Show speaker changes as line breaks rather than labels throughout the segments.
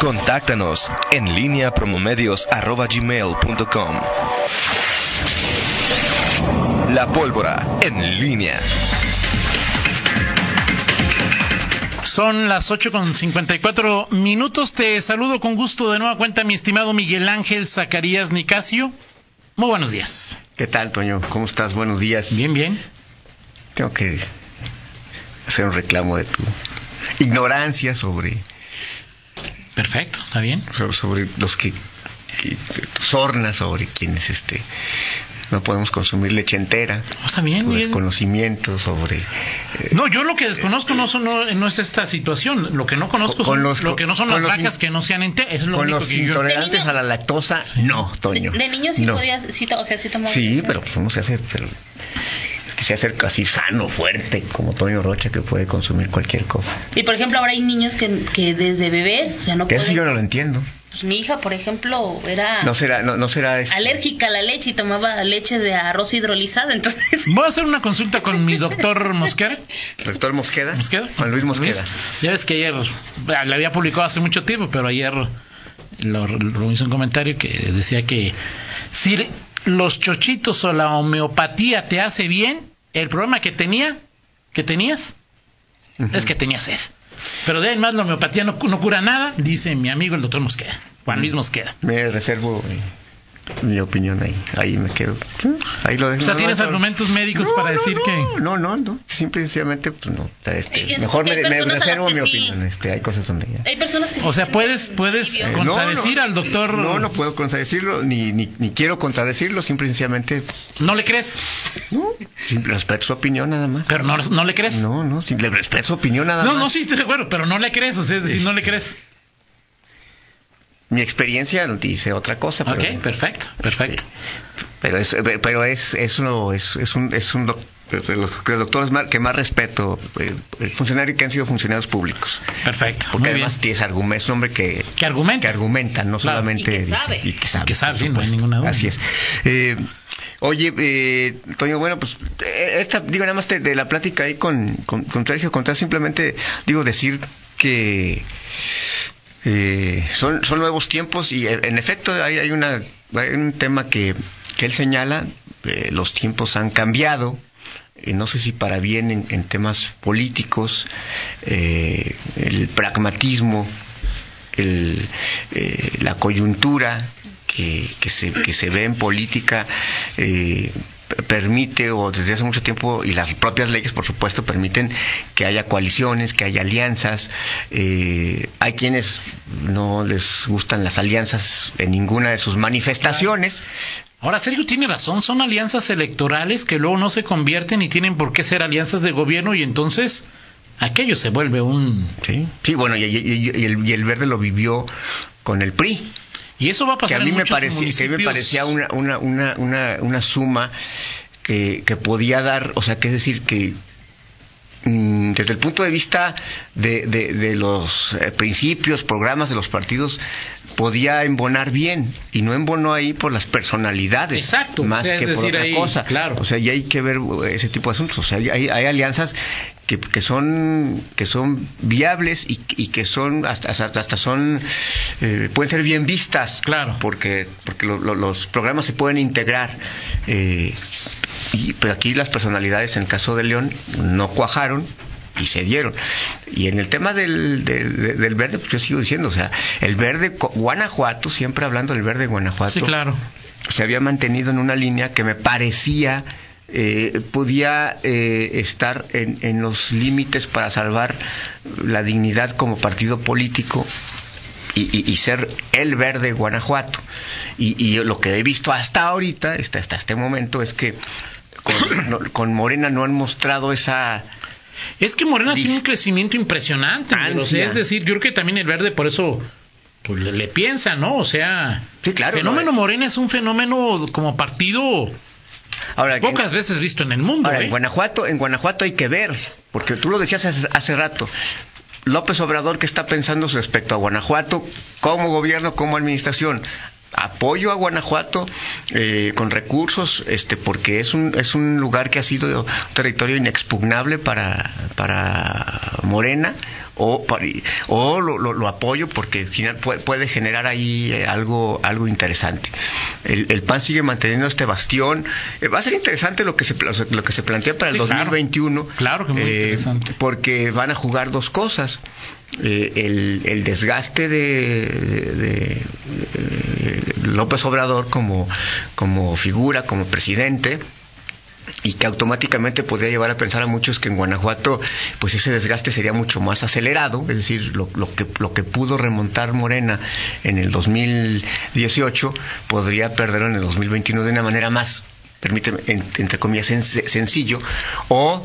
Contáctanos en línea promomedios.com. La pólvora en línea.
Son las 8 con 54 minutos. Te saludo con gusto de nueva cuenta, mi estimado Miguel Ángel Zacarías Nicasio. Muy buenos días.
¿Qué tal, Toño? ¿Cómo estás? Buenos días.
Bien, bien.
Tengo que hacer un reclamo de tu ignorancia sobre,
Perfecto, está bien.
sobre, sobre los que, que- sorna sobre quienes este no podemos consumir leche entera.
Oh, está bien,
Tu
Miguel.
desconocimiento sobre
No, yo lo que desconozco no, son- no, no es esta situación. Lo que no conozco
Con
son
los-
lo que no son
con
las
los
vacas
in-
que no sean enteras. Es lo
con
único
los
que yo...
intolerantes
De niño-
a la lactosa. No, Toño.
De niño sí
no.
podías, sí, to- o sea, sí tomabas.
Sí, pero pues uno se hace, pero que se hace así sano, fuerte, como Toño Rocha que puede consumir cualquier cosa.
Y por ejemplo, ahora hay niños que, que desde bebés, o sea, no
Que eso
pueden-
yo no lo entiendo.
Pues, mi hija, por ejemplo, era
No será, no, no será este-
alérgica a la leche y tomaba leche de arroz hidrolizada, entonces...
Voy a hacer una consulta con mi doctor Mosquera.
Doctor Mosqueda.
Mosqueda.
Juan Luis Mosqueda.
Pues ya ves que ayer, bah, le había publicado hace mucho tiempo, pero ayer lo, lo hizo un comentario que decía que si los chochitos o la homeopatía te hace bien, el problema que tenía, que tenías, es que tenía sed. Pero de ahí en más la homeopatía no, cu- no cura nada, dice mi amigo el doctor Mosqueda, Juan Luis Mosqueda.
Me reservo eh, mi opinión ahí. Ahí me quedo. Ahí lo dejo.
O sea,
No,
tienes
no,
argumentos médicos
no,
para
no,
decir
no,
que...
No, no, no. Simple y sencillamente, pues no. este,
Es que
mejor me,
hay
me
personas a las
reservo
que
mi
sí.
opinión. Este, hay cosas donde ya.
Hay personas que...
O
sí
sea,
tienen
puedes,
un
puedes
alivio.
no,
contradecir
no.
al doctor...
No, no puedo contradecirlo, ni, ni, ni quiero contradecirlo, simple y sencillamente,
¿No le crees,
no, simple, respeto su opinión nada más.
pero no, no le crees.
No, no, simple, respeto su opinión nada
No,
más. Este,
no, sí, estoy de acuerdo, pero no le crees, o sea, es decir, no le crees.
Mi experiencia dice otra cosa, pero,
Ok, perfecto, perfecto.
pero es, eh, pero es, es uno, es, es un, es un doc- de los de los doctores más- que más respeto, eh, el funcionario que han sido funcionarios públicos,
Perfecto,
porque
muy bien.
además tienes argumento, es un hombre que,
¿Qué argumento?
que argumenta, no
Claro.
solamente
Y que
dice,
sabe.
y que sabe,
Que sabe, sí,
por
no hay
supuesto.
ninguna duda.
Así es. Eh, oye, eh, Toño, bueno, pues eh, esta, digo, nada más te- de la plática ahí con, con, con Sergio Contreras, simplemente digo decir que eh, son, son nuevos tiempos y eh, en efecto hay, hay, una, hay un tema que, que él señala, eh, los tiempos han cambiado, eh, no sé si para bien en, en temas políticos, eh, el pragmatismo, el, eh, la coyuntura que, que, se, que se ve en política. eh, p- permite o desde hace mucho tiempo y las propias leyes por supuesto permiten que haya coaliciones que haya alianzas eh, hay quienes no les gustan las alianzas en ninguna de sus manifestaciones
Ahora, Sergio tiene razón, son alianzas electorales que luego no se convierten y tienen por qué ser alianzas de gobierno y entonces aquello se vuelve un...
sí, sí bueno y, y- y- y el, y el verde lo vivió con el PRI
Y eso va a
que
pasar
a mí
en
me
muchos
parecía, que a mí
municipios.
me parecía una, una, una, una, una suma que, que podía dar, o sea, que es decir, que mm, desde el punto de vista de, de- de los eh, principios, programas de los partidos, podía embonar bien y no embonó ahí por las personalidades,
Exacto,
más
o sea, es
que por
decir,
otra
ahí,
cosa.
claro.
O sea, y hay que ver eh, ese tipo de asuntos. O sea, hay, hay- hay alianzas que, que son que son viables y, y que son hasta hasta, hasta son eh, pueden ser bien vistas
Claro.
porque porque lo- lo- los programas se pueden integrar eh, y- pero aquí las personalidades en el caso de León no cuajaron y se dieron. Y en el tema del, del- del- del verde, pues yo sigo diciendo, o sea, el verde, co- Guanajuato, siempre hablando del verde de Guanajuato,
Sí, claro.
se había mantenido en una línea que me parecía eh, podía eh, estar en, en los límites para salvar la dignidad como partido político y, y- y ser el verde Guanajuato. Y, y lo que he visto hasta ahorita, hasta, hasta este momento, es que con, no- con Morena no han mostrado esa...
Es que Morena
Dis-
tiene un crecimiento impresionante. Miguel, o sea,
Ansia.
es decir, yo creo que también el verde por eso pues, le, le piensa, ¿no? O sea,
Sí, claro,
el fenómeno
no, eh.
Morena es un fenómeno como partido
Ahora,
pocas veces visto en el mundo.
Ahora,
¿eh?
en Guanajuato, en Guanajuato hay que ver, porque tú lo decías hace, hace rato. López Obrador, ¿qué está pensando respecto a Guanajuato como gobierno, como administración? apoyo a Guanajuato eh, con recursos, este, porque es un, es un lugar que ha sido territorio inexpugnable para, para Morena, o, para- o lo, lo- lo apoyo porque al final puede, puede generar ahí eh, algo, algo interesante. El, el PAN sigue manteniendo este bastión. Eh, va a ser interesante lo que se, pla- lo que se plantea para el
Sí, claro.
2021.
Claro que muy interesante.
eh, Porque van a jugar dos cosas. Eh, el, el desgaste de, de- de, eh, López Obrador como, como figura, como presidente, y que automáticamente podría llevar a pensar a muchos que en Guanajuato pues ese desgaste sería mucho más acelerado, es decir, lo, lo que lo que pudo remontar Morena en el 2018 podría perderlo en el 2021 de una manera más, permíteme, en- entre comillas, sen- sencillo, o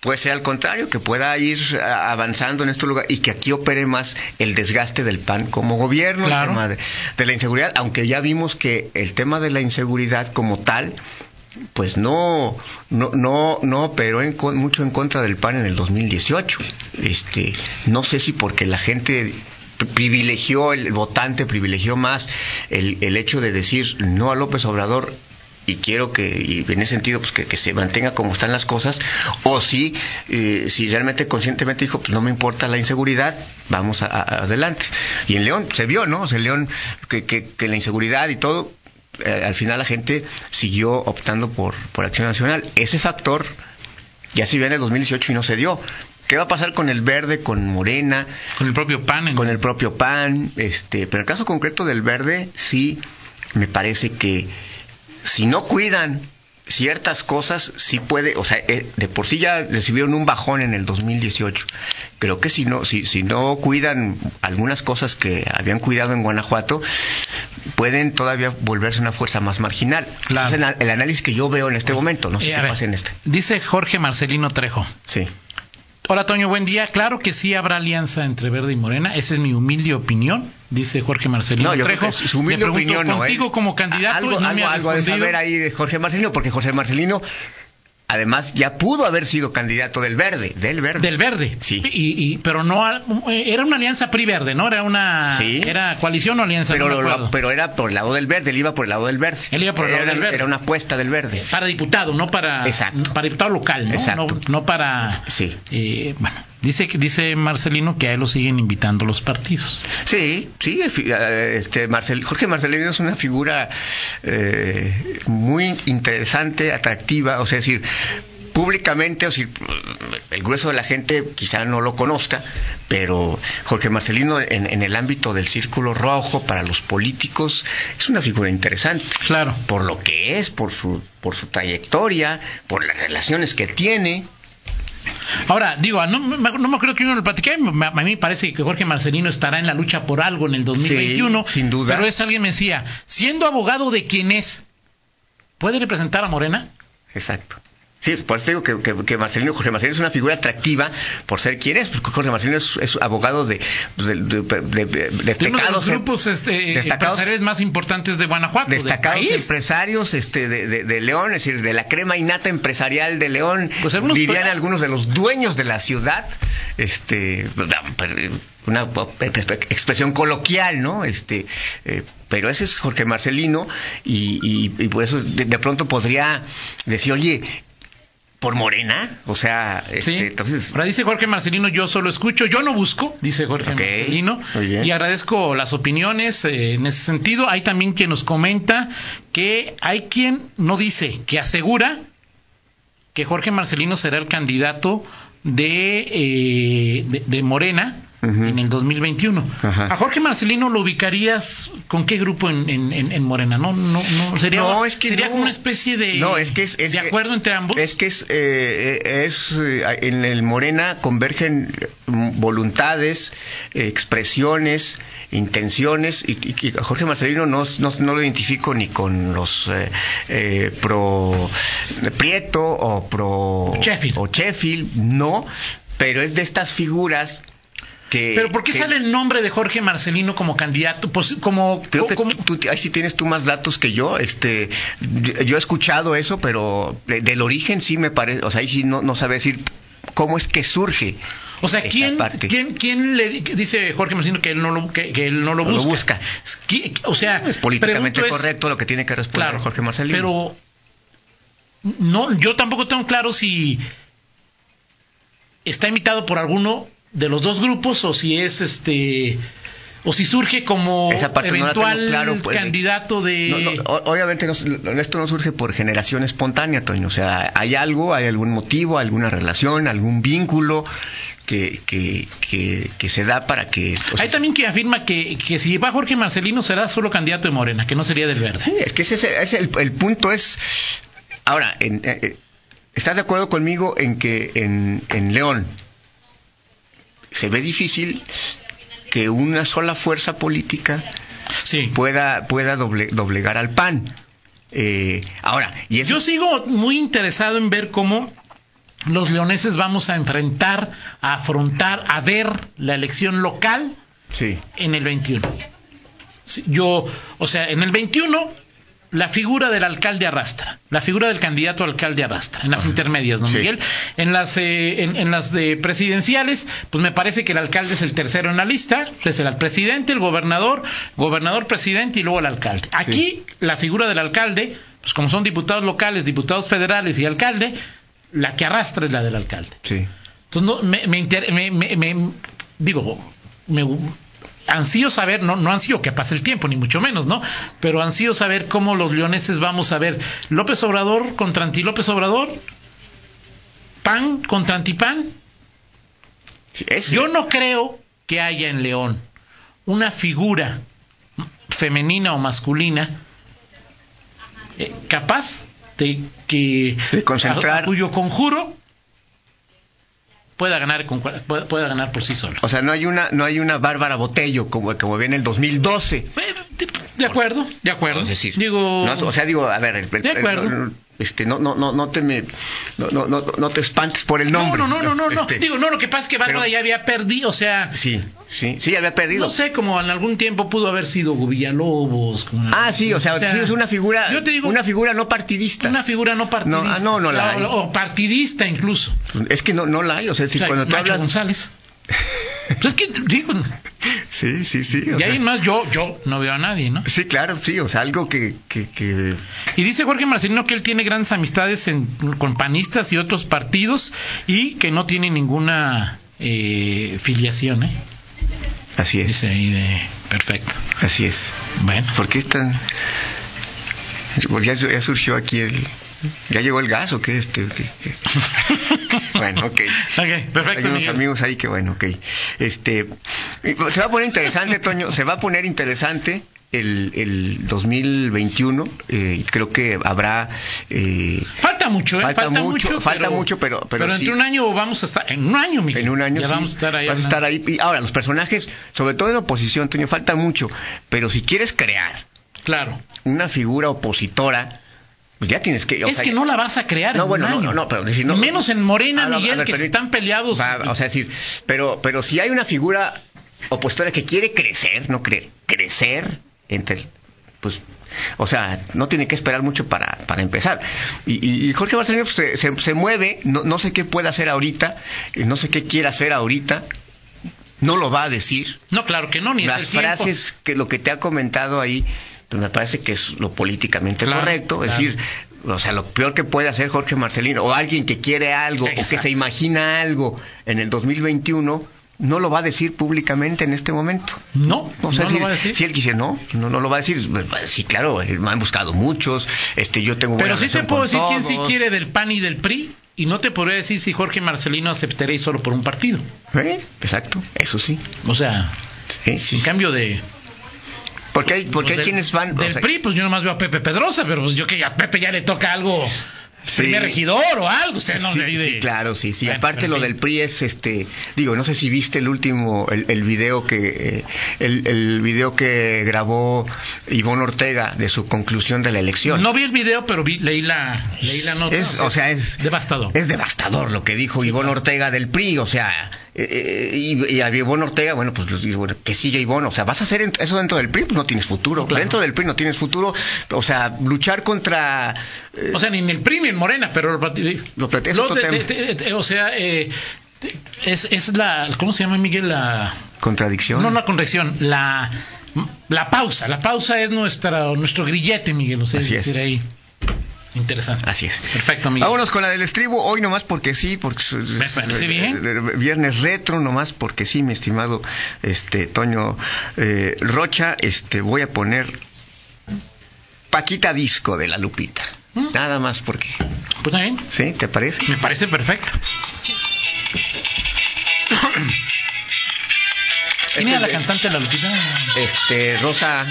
puede ser al contrario, que pueda ir a- avanzando en este lugar y que aquí opere más el desgaste del PAN como gobierno, el
Claro.
tema de, de la inseguridad, aunque ya vimos que el tema de la inseguridad como tal pues no no no no operó en con- mucho en contra del PAN en el 2018. Este, no sé si porque la gente privilegió el votante privilegió más el, el hecho de decir no a López Obrador y quiero que y en ese sentido pues que, que se mantenga como están las cosas o si eh, si realmente conscientemente dijo pues no me importa la inseguridad vamos a- a- adelante y en León se vio no o sea, en León que, que, que la inseguridad y todo eh, al final la gente siguió optando por por Acción Nacional ese factor ya se vio en el 2018 y no se dio qué va a pasar con el Verde con Morena
Con el propio PAN. en-
con el propio PAN, este, pero el caso concreto del verde, sí, me parece que si no cuidan ciertas cosas, sí puede, o sea, eh, de por sí ya recibieron un bajón en el 2018. Creo que si no, si, si no cuidan algunas cosas que habían cuidado en Guanajuato, pueden todavía volverse una fuerza más marginal.
Claro.
Ese es el, el análisis que yo veo en este momento, no sé
Eh, a
qué
ver,
pasa en este.
Dice Jorge Marcelino Trejo.
Sí.
Hola Toño, buen día. Claro que sí habrá alianza entre Verde y Morena. Esa es mi humilde opinión, dice Jorge Marcelino
No, yo creo
Trejo.
que su- su humilde
Le pregunto,
opinión no. ¿eh?
contigo como candidato
Algo,
y no me
algo,
ha
algo ha de
respondido.
saber ahí de Jorge Marcelino, porque Jorge Marcelino, además, ya pudo haber sido candidato del Verde, del Verde.
del Verde.
Sí.
Y, y- pero no al- era una alianza PRI Verde, ¿no? Era una
Sí.
era coalición o alianza,
pero,
no me
lo- lo-
acuerdo.
pero era por el lado del Verde, él iba por el lado del Verde.
Él iba por el lado
Era-
del Verde.
Era una apuesta del Verde.
para diputado, no para
Exacto.
para diputado local, ¿no?
Exacto.
No, no para
Sí.
eh, bueno, dice que- dice Marcelino que a él lo siguen invitando los partidos.
Sí, sí, fi- eh, este Marcel, Jorge Marcelino es una figura eh, muy interesante, atractiva, o sea, es decir, públicamente, o sea, el grueso de la gente quizá no lo conozca, pero Jorge Marcelino en, en el ámbito del círculo rojo para los políticos es una figura interesante
Claro.
por lo que es, por su por su trayectoria, por las relaciones que tiene.
Ahora, digo, no, me- no me creo que uno lo platiqué. me- A mí me parece que Jorge Marcelino estará en la lucha por algo en el 2021.
Sí, sin duda.
Pero es alguien me decía, siendo abogado de quien es, ¿puede representar a Morena?
Exacto. Sí, por eso te digo que, que- que Marcelino, Jorge Marcelino es una figura atractiva por ser quien es, porque Jorge Marcelino es, es abogado de, de- de-
De
de- de-
uno de
destacados,
los grupos este,
destacados-
empresariales más importantes de Guanajuato. del
destacados
país.
empresarios este, de, de- de León, es decir, de la crema innata empresarial de León,
Pues algunos-
dirían algunos de los dueños de la ciudad, este, una expresión coloquial, ¿no? Este, eh, pero ese es Jorge Marcelino y, y- y por eso de- de pronto podría decir, oye, por Morena, o sea, este,
Sí.
entonces
Ahora dice Jorge Marcelino, yo solo escucho, yo no busco, dice Jorge
Ok,
Marcelino.
muy bien.
Y agradezco las opiniones eh, en ese sentido. Hay también quien nos comenta que hay quien no dice, que asegura que Jorge Marcelino será el candidato de, eh, de, de Morena.
Ujú.
En el 2021.
Ajá.
A Jorge Marcelino lo ubicarías con qué grupo en, en- en- en Morena, no, no, no sería,
No, es que
sería
no.
como una especie de
No, es que es- es
de
que-
acuerdo entre ambos.
Es que es, eh, eh, es eh, en el Morena convergen mm, voluntades, eh, expresiones, intenciones, y, y- y a Jorge Marcelino no, no, no lo identifico ni con los eh, eh, pro Prieto o pro
Sheffield.
o Sheffield, no, pero es de estas figuras que...
¿Pero por qué
que-
sale el nombre de Jorge Marcelino como candidato? Pues, como,
Creo que
como-
tú, tú- ahí sí tienes tú más datos que yo. Este, yo, yo he escuchado eso, pero de- del origen sí me parece, o sea, ahí sí no, no sabe decir cómo es que surge.
O sea,
esa
¿quién,
parte.
¿quién, quién le di- dice Jorge Marcino que él no lo, que, que él no lo
No lo
busca?
busca.
Es que- O sea,
Es políticamente
pregunto es-
correcto lo que tiene que responder
claro,
Jorge Marcelino.
Pero no, yo tampoco tengo claro si está invitado por alguno de los dos grupos o si es este o si surge como
Esa parte no la tengo
eventual
claro, pues, de-
candidato de
No, no, o- obviamente no- esto no surge por generación espontánea, Toño. O sea, hay algo, hay algún motivo, alguna relación, algún vínculo que, que, que, que se da para que... o sea,
Hay también quien afirma que, que si va Jorge Marcelino será solo candidato de Morena, que no sería del Verde.
Sí, es que ese, es el- ese es el, el punto es... Ahora, en- eh, eh, ¿estás de acuerdo conmigo en que en, en León se ve difícil que una sola fuerza política
Sí.
pueda, pueda doble- doblegar al PAN? Eh, ahora, y eso
Yo sigo muy interesado en ver cómo los leoneses vamos a enfrentar, a afrontar, a ver la elección local
Sí.
en el 21. Sí, Yo, o sea, en el 21 la figura del alcalde arrastra, la figura del candidato alcalde arrastra, en las intermedias, don
Sí.
Miguel, en las eh, en, en las de presidenciales, pues me parece que el alcalde es el tercero en la lista, es el presidente, el gobernador, gobernador, presidente y luego el alcalde. Aquí la figura del alcalde, pues como son diputados locales, diputados federales y alcalde, la que arrastra es la del alcalde.
Sí.
Entonces, no, me, me, inter- me- me- me- digo, me ansío saber, no, no ansío que pase el tiempo, ni mucho menos, ¿no? Pero ansío saber cómo los leoneses vamos a ver López Obrador contra Anti López Obrador, PAN contra Antipan.
Ese-
Yo no creo que haya en León una figura femenina o masculina eh, capaz de que
De concentrar.
a- a cuyo conjuro pueda ganar con cual- pueda, pueda ganar por sí solo.
O sea, no hay una, no hay una Bárbara Botello como, como viene en el 2012.
Eh, de- De acuerdo, de acuerdo.
Es decir,
digo,
no, o sea, digo, a ver, el- el-
De acuerdo.
el- este, no, no, no, no te me, no, no, no, no te espantes por el
no,
nombre.
no, no, no, no, no.
Este,
digo, no, lo que pasa es que Bárbara
pero-
ya había perdido, o sea,
Sí, sí, sí, había perdido.
No sé, como en algún tiempo pudo haber sido Villalobos. como-
Ah, sí, o sea, sí, es una figura,
yo te digo-
una figura no partidista.
Una figura no partidista.
No, ah, no, no la hay.
o, o partidista incluso.
Es que no, no la hay, o sea,
O
si
sea,
cuando tú
Nacho
hablas,
González. Pues es que, digo,
sí, sí, sí. o
de
sea,
ahí en más yo, yo no veo a nadie, ¿no?
Sí, claro, sí, o sea, algo que, que, que
Y dice Jorge Marcelino que él tiene grandes amistades en- con panistas y otros partidos y que no tiene ninguna eh, filiación, ¿eh?
así es,
Dice ahí de... Perfecto.
así es.
Bueno.
¿Por qué están? Porque ya, su- ya surgió aquí el. ¿Ya llegó el gas o qué? Este, ¿Qué- qué? Bueno, ok.
Ok,
Hay
perfecto,
unos
Miguel.
amigos ahí que, bueno, ok. Este, se va a poner interesante, Toño, se va a poner interesante el, el 2021. eh, creo que habrá. eh,
Falta mucho, ¿eh?
Falta
Falta,
mucho,
mucho,
falta mucho, pero- pero sí.
entre un año vamos a estar... En un año, Miguel.
en un año
Ya
sí,
vamos a estar ahí.
vas a
hablando.
estar ahí. Y ahora, los personajes, sobre todo en oposición, Toño, falta mucho. Pero si quieres crear
Claro.
una figura opositora, pues ya tienes que. o
es
sea,
que no la vas a crear.
No,
en
bueno,
un
no,
año.
no, no, pero si no-
Menos en
Ah,
Morena,
no, a
Miguel,
ver,
que
pero-
se están peleados.
Va, o sea, decir, pero, pero si hay una figura opositora que quiere crecer, no creer, crecer entre, pues, o sea, no tiene que esperar mucho para, para empezar. Y, y- y Jorge Barcelona pues, se, se- se mueve, no, no sé qué puede hacer ahorita, eh, no sé qué quiere hacer ahorita, no lo va a decir.
no, claro que no, ni es
Las
el tiempo.
frases que lo que te ha comentado ahí, pues me parece que es lo políticamente
Claro,
correcto, es
claro.
decir, o sea, lo peor que puede hacer Jorge Marcelino o alguien que quiere algo o que
Exacto.
se imagina algo en el 2021 no lo va a decir públicamente en este momento.
No,
O sea,
no
si,
lo va a decir.
si él quisiera, no, no, no lo va a decir. Sí, claro, eh, me han buscado muchos. Este, yo tengo. buena
pero sí te
relación
puedo
con
decir quién sí
todos.
quiere del PAN y del PRI. Y no te podría decir si Jorge Marcelino aceptaréis solo por un partido.
¿Eh? Exacto, eso sí.
O sea,
Sí, sí,
en
sí.
cambio de...
Porque hay, porque
pues,
hay
del-
quienes van. o
Del
sea,
PRI, pues yo nomás veo a Pepe Pedrosa, pero pues yo que a Pepe ya le toca algo...
Sí.
Primer regidor o algo. O sea, no,
Sí,
de ahí de-
sí, claro, sí, sí.
Bueno,
Aparte
en
lo
fin.
del PRI es, este, digo, no sé si viste el último, el, el video que, eh, el, el video que grabó Ivonne Ortega de su conclusión de la elección.
No vi el video, pero vi, leí, la, leí la nota.
Es, o sea, es
Devastador.
Es devastador lo que dijo Ivonne Ortega del PRI, o sea, eh, eh, y, y a Ivonne Ortega, bueno, pues los- y bueno, que sigue Ivonne, o sea, vas a hacer ent- eso dentro del PRI, pues no tienes futuro.
claro.
Dentro del PRI no tienes futuro, o sea, luchar contra eh,
O sea, ni en el PRI ni en en Morena, pero lo plati-
Lo plati- es
Lo
otro
de-
tema.
de- de- de- o sea, eh, es, es la, ¿cómo se llama Miguel? La,
Contradicción.
no la corrección, la, la pausa. La pausa es nuestra, nuestro grillete, Miguel. O sea,
Así
es decir,
es.
ahí. Interesante.
Así es.
Perfecto, Miguel.
Vámonos con la del estribo, hoy nomás porque sí, porque su- eh,
Me parece bien.
viernes retro nomás porque sí, mi estimado este Toño eh, Rocha, este voy a poner Paquita Disco de la Lupita.
¿Mm?
Nada más porque,
Pues también,
¿sí? ¿Te parece?
me parece perfecto. ¿Quién era la
Este,
cantante de la Lupita?
Este Rosa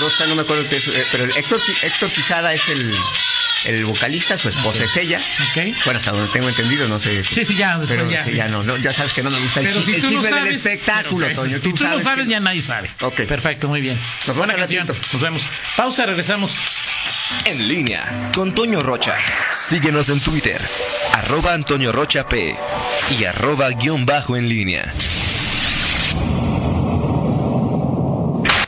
Rosa no me acuerdo qué es, eh, pero Héctor Qui- Héctor Quijada es el el vocalista, su esposa es ella.
Ok.
Bueno, hasta donde tengo entendido, no sé.
Sí, sí, ya, después
Pero
ya.
sí, ya no, no, ya sabes que no me gusta el,
Pero
chi-
si
el
tú no
chisme
sabes,
del espectáculo,
pero,
Toño.
pues, Si tú no
sabes
sabes,
que-
ya nadie sabe.
Ok.
Perfecto, muy bien.
Nos vemos
Buena
al
canción.
ratito.
Nos vemos. Pausa, regresamos.
En línea con Toño Rocha. Síguenos en Twitter, arroba Antonio Rocha P y arroba guión bajo en línea.